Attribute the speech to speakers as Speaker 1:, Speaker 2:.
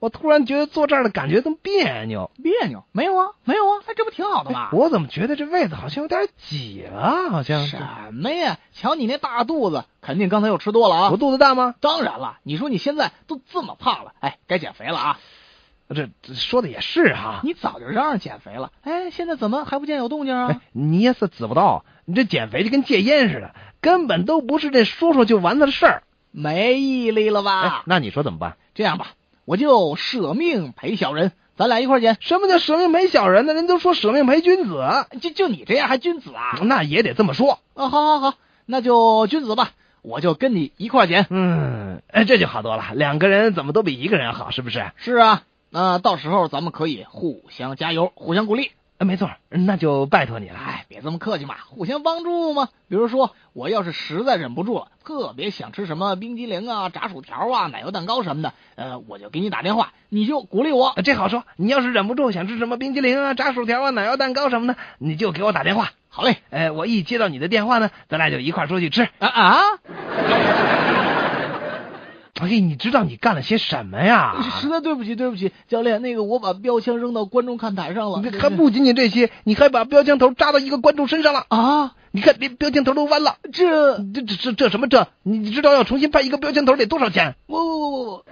Speaker 1: 我突然觉得坐这儿的感觉怎么别扭？
Speaker 2: 别扭？没有啊，没有啊，哎，这不挺好的吗？
Speaker 1: 我怎么觉得这位子好像有点挤了？好像是。啊
Speaker 2: 什么呀？瞧你那大肚子，肯定刚才又吃多了啊
Speaker 1: 我！肚子大吗？
Speaker 2: 当然了，你说你现在都这么胖了，哎，该减肥了啊！
Speaker 1: 这这说的也是哈、
Speaker 2: 你早就嚷嚷减肥了，哎，现在怎么还不见有动静
Speaker 1: 哎
Speaker 2: 啊？，
Speaker 1: 你也是指不到，你这减肥就跟戒烟似的，根本都不是这说说就完的事儿。
Speaker 2: 没毅力了
Speaker 1: 哎
Speaker 2: 吧，？
Speaker 1: 那你说怎么办？
Speaker 2: 这样吧，我就舍命陪小人，咱俩一块儿减。
Speaker 1: 什么叫舍命陪小人呢？人都说舍命陪君子，
Speaker 2: 就就你这样还君子啊？
Speaker 1: 那也得这么说。
Speaker 2: 啊，好好好，那就君子吧，我就跟你一块儿减。
Speaker 1: 嗯，哎，这就好多了。两个人怎么都比一个人好，是不是？
Speaker 2: 是啊，那到时候咱们可以互相加油，互相鼓励。
Speaker 1: 哎没错，那就拜托你了。哎，
Speaker 2: 哎，别这么客气嘛，互相帮助嘛。比如说，我要是实在忍不住了，特别想吃什么冰激凌啊、炸薯条啊、奶油蛋糕什么的，呃，我就给你打电话，你就鼓励我。
Speaker 1: 这好说。你要是忍不住想吃什么冰激凌啊、炸薯条啊、奶油蛋糕什么的，你就给我打电话。
Speaker 2: 好嘞，
Speaker 1: 哎，我一接到你的电话呢，咱俩就一块儿出去吃。
Speaker 2: 啊啊，
Speaker 1: 哎，你知道你干了些什么呀？
Speaker 2: 实在对不起，对不起，教练，那个我把标枪扔到观众看台上了，
Speaker 1: 你还不仅仅这些，你还把标枪头扎到一个观众身上了。
Speaker 2: 啊？
Speaker 1: 你看，连标枪头都弯了。
Speaker 2: 这
Speaker 1: 这这这这什么这？你知道要重新拍一个标枪头得多少钱？
Speaker 2: 我我我我，